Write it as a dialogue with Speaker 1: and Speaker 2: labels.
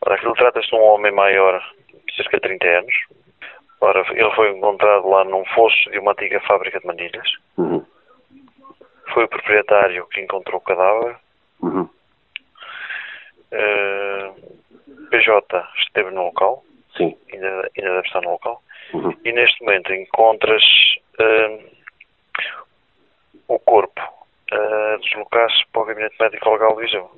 Speaker 1: Ora, aquilo trata-se de um homem maior, de cerca de 30 anos. Ora, ele foi encontrado lá num fosso de uma antiga fábrica de manilhas.
Speaker 2: Uhum.
Speaker 1: Foi o proprietário que encontrou o cadáver.
Speaker 2: Uhum.
Speaker 1: Eh, PJ esteve no local,
Speaker 2: Sim.
Speaker 1: ainda, ainda deve estar no local.
Speaker 2: Uhum.
Speaker 1: E neste momento encontras eh, eh, o corpo a deslocar-se para o gabinete médico legal de Viseu.